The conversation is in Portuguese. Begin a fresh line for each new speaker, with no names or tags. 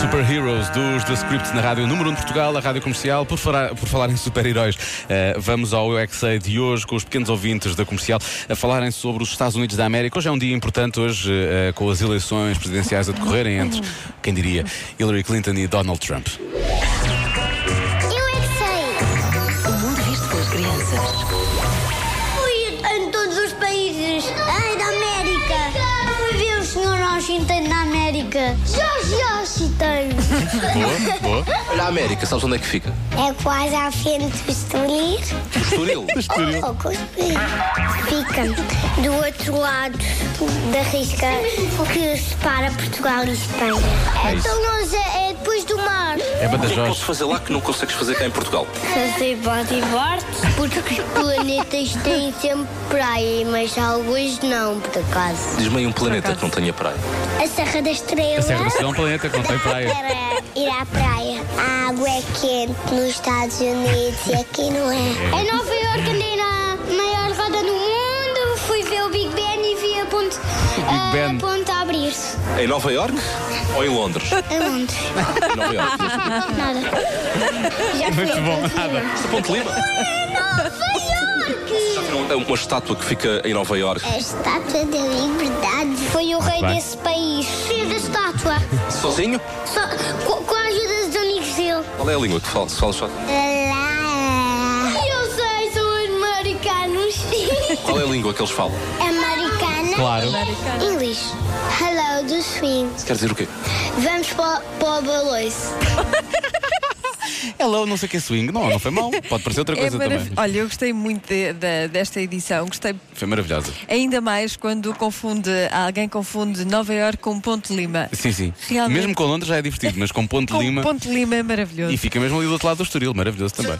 Super Heroes dos The Scripts na rádio número 1 de Portugal, a rádio comercial. Por, fará- por falar em super-heróis, eh, vamos ao UXA de hoje com os pequenos ouvintes da comercial a falarem sobre os Estados Unidos da América. Hoje é um dia importante, hoje eh, com as eleições presidenciais a decorrerem entre, quem diria, Hillary Clinton e Donald Trump.
Eu é que sei!
O mundo visto pelas crianças.
Fui em todos os países ai, da América! Eu Fui ver o senhor Washington da América! George Washington!
Boa, boa.
Olha a América, sabes onde é que fica?
É quase à frente do Estoril
O Estoril.
ou com o Estoril. Fica do outro lado da risca que separa Portugal e Espanha. então nós é, depois do mar.
É
O que é que podes
Badajoz.
fazer lá que não consegues fazer cá em Portugal?
Fazer bodyboard? Porque os planetas têm sempre praia, mas alguns não, por acaso.
Diz-me aí um planeta que não tenha praia.
A Serra da Estrela.
A Serra da Estrela é um planeta que não tem praia.
Para ir à praia. A água é quente nos Estados Unidos e aqui não é. Em Nova Iorque andei na maior roda do mundo, fui ver o Big Ben e vi a ponte,
Big Ben.
a ponte a abrir-se.
Em Nova Iorque ou em Londres?
A Londres.
Em Nova Iorque.
Nada. Já fui a Ponte Lima.
Esta Ponte Lima.
Nova Iorque!
É uma estátua que fica em Nova Iorque.
A Estátua da Liberdade foi o rei
Bem.
desse país. Fez a estátua
Sozinho?
só, com, com a ajuda dos amigos dele.
Qual é a língua que falas? Falas só-
Eu sei, são americanos.
Qual é a língua que eles falam?
É Americana.
Claro.
Inglês. Hello do swing.
Quer dizer o quê?
Vamos para, para o baloiço.
Hello, não sei o que é swing. Não, não foi mal. Pode parecer outra coisa
É marav-
também.
Olha, eu gostei muito de- da- desta edição. Gostei
Foi maravilhosa.
ainda mais quando confunde, alguém confunde Nova Iorque com Ponte Lima.
Sim, sim.
Realmente.
Mesmo com Londres já é divertido, mas com Ponte
Com
Lima.
Ponte Lima é maravilhoso.
E fica mesmo ali do outro lado do Estoril, maravilhoso também.